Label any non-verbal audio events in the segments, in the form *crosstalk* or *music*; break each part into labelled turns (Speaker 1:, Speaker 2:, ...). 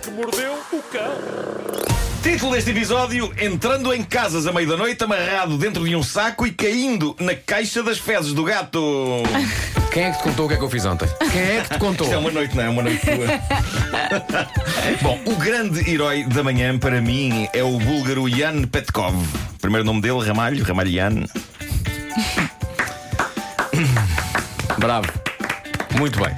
Speaker 1: que mordeu o cão.
Speaker 2: Título deste episódio: Entrando em casas à meia da noite, amarrado dentro de um saco e caindo na caixa das fezes do gato.
Speaker 3: Quem é que te contou o que é que eu fiz ontem? Quem é que te contou?
Speaker 2: Isto é uma noite, não é? É Uma noite tua. Bom, o grande herói da manhã para mim é o búlgaro Jan Petkov. Primeiro nome dele, Ramalho, Ramalho Jan.
Speaker 3: Bravo. Muito bem.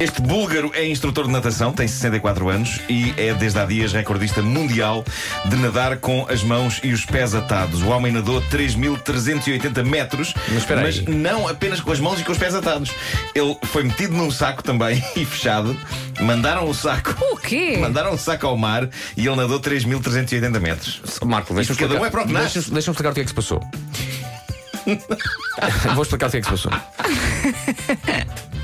Speaker 2: Este búlgaro é instrutor de natação, tem 64 anos e é desde há dias recordista mundial de nadar com as mãos e os pés atados. O homem nadou 3.380 metros,
Speaker 3: Mas espera aí.
Speaker 2: não apenas com as mãos e com os pés atados. Ele foi metido num saco também *laughs* e fechado. Mandaram o saco.
Speaker 4: O quê?
Speaker 2: Mandaram o saco ao mar e ele nadou 3.380 metros.
Speaker 3: Marco, deixa-me
Speaker 2: Isto cada
Speaker 3: explicar.
Speaker 2: um é para o que nasce.
Speaker 3: Deixa-me deixa-me explicar o que é que
Speaker 2: *laughs*
Speaker 3: se passou. Vou explicar o que é que se passou.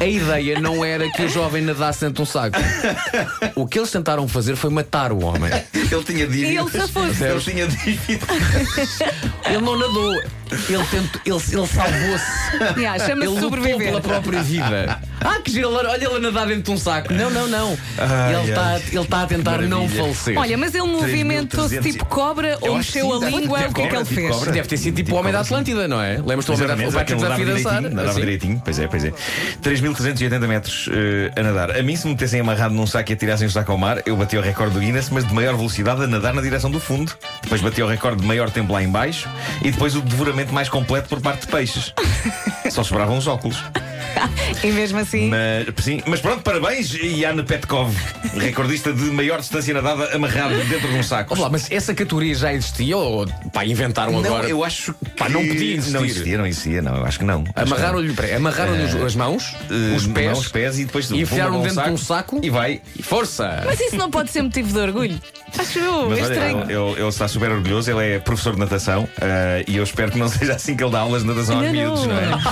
Speaker 3: A ideia não era que o jovem nadasse dentro de um saco. O que eles tentaram fazer foi matar o homem.
Speaker 2: Ele tinha dívidas.
Speaker 4: E ele safou-se.
Speaker 2: Ele tinha dívidas.
Speaker 3: Ele não nadou. Ele, tentou, ele, ele salvou-se.
Speaker 4: Yeah,
Speaker 3: Ele
Speaker 4: Chama-se
Speaker 3: lutou
Speaker 4: sobreviver.
Speaker 3: pela própria vida. Ah, que giro, olha ele a nadar dentro de um saco. Não, não, não.
Speaker 2: Ai,
Speaker 3: ele está
Speaker 2: ai.
Speaker 3: ele tá a tentar não
Speaker 2: Maravilha.
Speaker 3: falecer.
Speaker 4: Olha, mas ele movimentou-se
Speaker 2: 3.300.
Speaker 4: tipo cobra
Speaker 2: Eu
Speaker 4: ou
Speaker 2: acho que
Speaker 4: mexeu
Speaker 2: sim,
Speaker 4: a
Speaker 2: deve-
Speaker 4: língua?
Speaker 2: deve
Speaker 4: o que é que
Speaker 2: cobra,
Speaker 4: ele
Speaker 2: tipo
Speaker 4: fez?
Speaker 2: cobra.
Speaker 3: Deve ter sido tipo o Homem da Atlântida, não é? Lembras-te do Homem da
Speaker 2: assim? Exatamente,
Speaker 3: Atlântida? O Patrick
Speaker 2: aquele
Speaker 3: desafio
Speaker 2: nadava
Speaker 3: dançar.
Speaker 2: direitinho, nadava
Speaker 3: Assim.
Speaker 2: direitinho, pois é, pois é. 3.380 metros eh, a nadar. A mim, se me metessem amarrado num saco e atirassem o saco ao mar, eu bati o recorde do Guinness, mas de maior velocidade a nadar na direção do fundo. Depois bati o recorde de maior tempo lá em baixo e depois o devoramento mais completo por parte de
Speaker 3: *laughs*
Speaker 2: peixes. Só sobravam os óculos.
Speaker 4: E mesmo assim,
Speaker 2: Mas, sim, mas pronto, parabéns, Ian Petkov, recordista de maior distância nadada amarrado dentro de um saco.
Speaker 3: Vamos lá, mas essa categoria já existia ou pá, inventaram
Speaker 2: Não,
Speaker 3: agora?
Speaker 2: eu acho que
Speaker 3: Pá, não podia existir.
Speaker 2: Não existia, não existia, não, eu acho que não. Acho que não.
Speaker 3: Amarraram-lhe peraí, amarraram-lhe os- as mãos,
Speaker 2: Eh,
Speaker 3: os pés.
Speaker 2: não, os pés e depois
Speaker 3: e enfiaram
Speaker 2: pum,
Speaker 3: dentro
Speaker 2: num
Speaker 3: de um saco?
Speaker 2: e vai.
Speaker 3: E Força!
Speaker 4: mas isso não pode ser motivo de orgulho. Acho
Speaker 3: Um
Speaker 4: eu, é
Speaker 2: Mas olha,
Speaker 4: estranho.
Speaker 2: ele, ele- ele está super orgulhoso, ele é professor de natação eh, e eu espero que não *laughs* seja assim que ele dá aulas de natação aos
Speaker 4: Não,
Speaker 2: miúdos, não
Speaker 3: *laughs*
Speaker 4: não.
Speaker 2: é?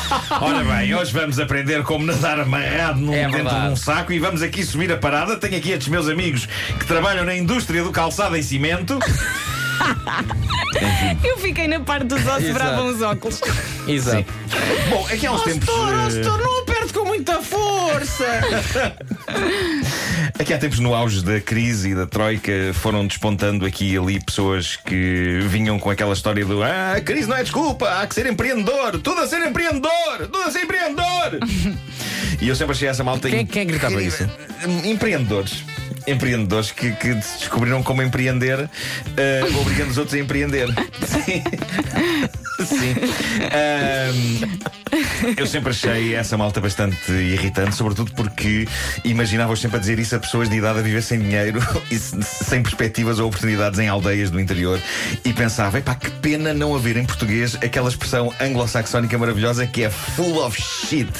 Speaker 2: Ora bem, hoje vamos aprender como nadar amarrado num,
Speaker 3: É
Speaker 2: dentro
Speaker 3: verdade.
Speaker 2: de um saco e vamos aqui subir a parada. Tenho aqui estes meus amigos que trabalham na indústria do calçado em
Speaker 3: *laughs*
Speaker 2: cimento.
Speaker 4: Eu fiquei na parte dos ossos,
Speaker 3: Exato.
Speaker 4: bravam os óculos.
Speaker 3: *laughs* Exato.
Speaker 2: Bom, aqui há uns tempos. eh,
Speaker 3: não aperte com muita força!
Speaker 2: Aqui É há tempos, no auge da crise e da troika, foram despontando aqui e ali pessoas que vinham com aquela história do Ah, a crise não é desculpa, há que ser empreendedor, tudo a ser empreendedor, tudo a ser empreendedor. e eu sempre achei essa malta.
Speaker 3: Quem- quem gritava
Speaker 2: incrível. Empreendedores. Empreendedores que, que descobriram como empreender, eh, obrigando os outros a empreender. *laughs* Sim. Sim. Ahm, eu sempre achei essa malta bastante irritante, sobretudo porque imaginava-os sempre a dizer isso a pessoas de idade a viver sem dinheiro *laughs* e se- sem perspectivas ou oportunidades em aldeias do interior. E pensava, epá, que pena não haver em português aquela expressão anglo-saxónica maravilhosa que é full of shit.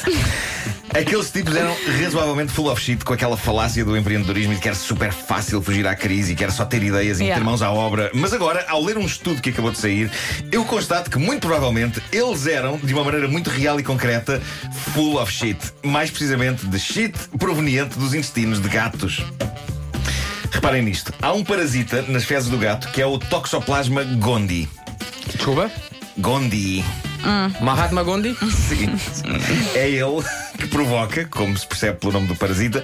Speaker 2: Aqueles tipos eram razoavelmente full of shit com aquela falácia do empreendedorismo e de que era super fácil fugir à crise e que era só ter ideias e
Speaker 4: Yeah.
Speaker 2: ter mãos à obra. Mas agora, ao ler um estudo que acabou de sair, eu constato que muito provavelmente eles eram, de uma maneira muito real e concreta, full of shit. Mais precisamente de shit proveniente dos intestinos de gatos. Reparem nisto: há um parasita nas fezes do gato que é o Toxoplasma gondii.
Speaker 3: *laughs* Desculpa?
Speaker 2: Gondii.
Speaker 3: Mahatma
Speaker 2: *laughs*
Speaker 3: Gandhi?
Speaker 2: Sim. É ele que provoca, como se percebe pelo nome do parasita,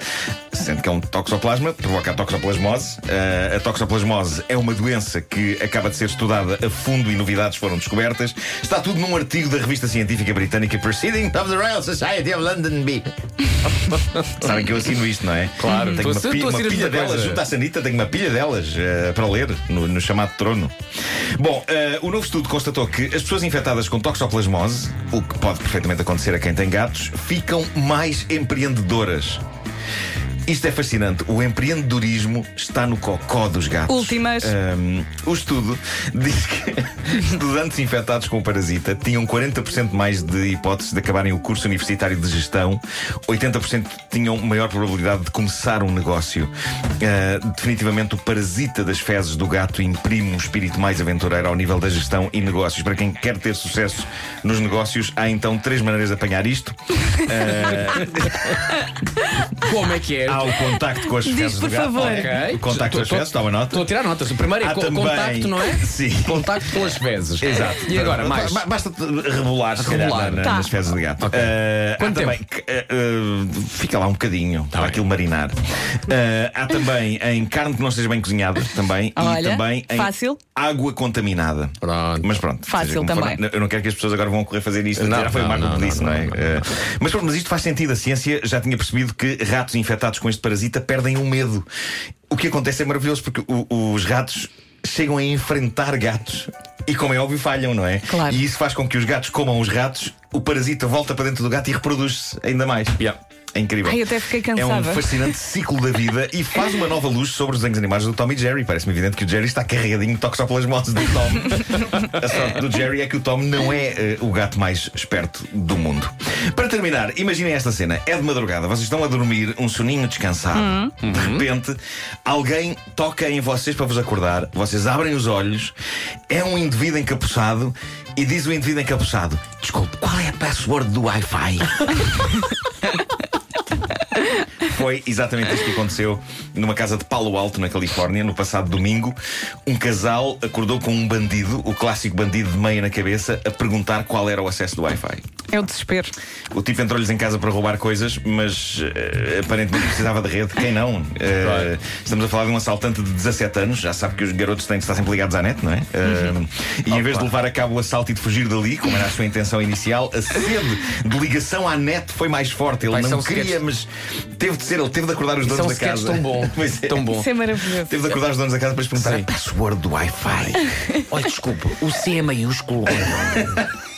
Speaker 2: sendo que é um toxoplasma, provoca a toxoplasmose. Ah, a toxoplasmose é uma doença que acaba de ser estudada a fundo e novidades foram descobertas. Está tudo num artigo da revista científica britânica Proceedings of the Royal Society of London B. Sabem que eu assino isto, não é?
Speaker 3: Claro.
Speaker 2: Tenho
Speaker 3: Tu
Speaker 2: uma,
Speaker 3: assi-
Speaker 2: pi-
Speaker 3: tu
Speaker 2: uma
Speaker 3: assinas
Speaker 2: pilha
Speaker 3: muita
Speaker 2: delas
Speaker 3: coisa.
Speaker 2: junto à Sanita, tenho uma pilha delas eh, para ler no, no chamado trono. Bom, eh, o novo estudo constatou que as pessoas infectadas com toxoplasmose, o que pode perfeitamente acontecer a quem tem gatos, ficam mais empreendedoras. Isto é fascinante. O empreendedorismo está no cocó dos gatos.
Speaker 4: Últimas.
Speaker 2: Ahm, o estudo diz que *laughs* estudantes infectados com o parasita tinham 40% mais de hipóteses de acabarem o curso universitário de gestão, 80% tinham maior probabilidade de começar um negócio. Ah, definitivamente, o parasita das fezes do gato imprime um espírito mais aventureiro ao nível da gestão e negócios. Para quem quer ter sucesso nos negócios, há então três maneiras de apanhar isto.
Speaker 3: Como é que é?
Speaker 2: há o contacto com as
Speaker 4: Diz,
Speaker 2: fezes
Speaker 4: por
Speaker 2: do gato.
Speaker 4: favor.
Speaker 2: ok? O contacto com as fezes, toma nota.
Speaker 3: Estou a tirar notas. Primeiro é
Speaker 2: Há
Speaker 3: co-
Speaker 2: ah, também- *laughs*
Speaker 3: contacto, não é?
Speaker 2: Sim.
Speaker 3: Contacto pelas fezes.
Speaker 2: Exato.
Speaker 3: E agora, mais?
Speaker 2: Ba- Basta rebolar, se calhar,
Speaker 3: Rebolar.
Speaker 2: na- na-
Speaker 4: Tá.
Speaker 2: nas fezes de gato.
Speaker 3: Ok.
Speaker 2: Eh, há
Speaker 3: Quanto Tá
Speaker 2: também. que, eh, eh, fica lá um bocadinho para aquilo marinar. Eh, há também em carne que não esteja bem cozinhada também. e
Speaker 4: Olha,
Speaker 2: também em
Speaker 4: fácil.
Speaker 2: água contaminada.
Speaker 3: Pronto.
Speaker 2: Mas pronto.
Speaker 4: Fácil
Speaker 2: seja como for,
Speaker 4: também.
Speaker 2: não- eu não quero que as pessoas agora vão correr fazer isto.
Speaker 3: Não,
Speaker 2: já foi o
Speaker 3: não,
Speaker 2: Marco
Speaker 3: não,
Speaker 2: que
Speaker 3: não,
Speaker 2: disse,
Speaker 3: não,
Speaker 2: não, é?
Speaker 3: não, não,
Speaker 2: Eh, Mas pronto, mas isto faz sentido. A ciência já tinha percebido que ratos infectados com este parasita perdem o medo. O que acontece é maravilhoso porque o- os ratos chegam a enfrentar gatos. E como é óbvio, falham, não é?
Speaker 4: Claro.
Speaker 2: E isso faz com que os gatos comam os ratos, o parasita volta para dentro do gato e reproduz-se ainda mais.
Speaker 3: Yeah.
Speaker 2: É incrível.
Speaker 4: Ai, eu até fiquei
Speaker 2: É um
Speaker 4: cansada.
Speaker 2: fascinante ciclo da vida e faz uma nova luz sobre os desenhos animados do Tom e Jerry. Parece-me evidente que o Jerry está carregadinho de toxoplasmose do Tom. A sorte do Jerry é que o Tom não é eh, o gato mais esperto do mundo. Para terminar, imaginem esta cena. É de madrugada, vocês estão a dormir, um soninho descansado.
Speaker 4: Uhum.
Speaker 2: De repente, alguém toca em vocês para vos acordar. Vocês abrem os olhos, é um indivíduo encapuçado e diz o indivíduo encapuçado: Desculpe, qual é a password do Wi-Fi? Foi exatamente isto que aconteceu numa casa de Palo Alto, na Califórnia, no passado domingo. Um casal acordou com um bandido, o clássico bandido de meia na cabeça, a perguntar qual era o acesso do Wi-Fi.
Speaker 4: É o desespero.
Speaker 2: O tipo entrou-lhes em casa para roubar coisas, mas eh, aparentemente precisava de rede. Quem não? Eh,
Speaker 3: Claro.
Speaker 2: Estamos a falar de um assaltante de 17 anos, já sabe que os garotos têm de estar sempre ligados à net, não é? Eh,
Speaker 3: Uhum.
Speaker 2: E em vez de levar a cabo o assalto e de fugir dali, como era a sua intenção inicial, a sede de ligação à net foi mais forte. Ele
Speaker 3: Pai,
Speaker 2: não
Speaker 3: são
Speaker 2: queria,
Speaker 3: sketches-
Speaker 2: mas teve de ser, ele teve de acordar os
Speaker 3: Isso é
Speaker 2: donos
Speaker 3: um
Speaker 2: da
Speaker 3: sketch
Speaker 2: casa.
Speaker 3: tão bom.
Speaker 2: *laughs* Pois é.
Speaker 3: Tão bom.
Speaker 4: Isso é maravilhoso.
Speaker 2: Teve de acordar os donos da casa para lhes perguntar
Speaker 3: Sim.
Speaker 2: a password do Wi-Fi. *laughs*
Speaker 1: Olha, desculpe, o C é maiúsculo.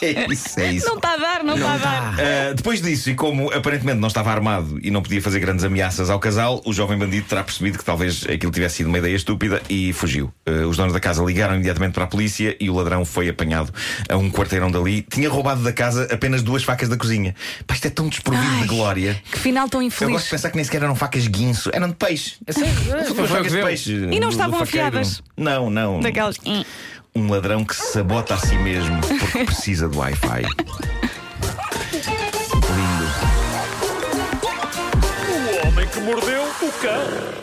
Speaker 2: É isso, é isso.
Speaker 4: Não está a dar, não está a dar.
Speaker 2: Uh, depois disso, e como aparentemente não estava armado e não podia fazer grandes ameaças ao casal, o jovem bandido terá percebido que talvez aquilo tivesse sido uma ideia estúpida e fugiu. Uh, os donos da casa ligaram imediatamente para a polícia e o ladrão foi apanhado a um quarteirão dali. Tinha roubado da casa apenas duas facas da cozinha. Pá, isto é tão desprovido
Speaker 4: Ai,
Speaker 2: de glória.
Speaker 4: Que final tão
Speaker 2: Eu gosto de
Speaker 4: infeliz.
Speaker 2: pensar que nem sequer eram facas guinso, eram de peixe. *laughs* Duas
Speaker 3: foi o
Speaker 2: facas
Speaker 3: que
Speaker 2: de
Speaker 3: deu.
Speaker 2: peixe.
Speaker 4: E
Speaker 2: do-
Speaker 4: não estavam
Speaker 2: do faqueiro.
Speaker 4: afiadas?
Speaker 2: Não, não.
Speaker 4: Daquelas.
Speaker 2: Um ladrão que se sabota a si mesmo porque precisa do
Speaker 4: *laughs*
Speaker 2: Wi-Fi. Lindo.
Speaker 5: O homem que mordeu o cão.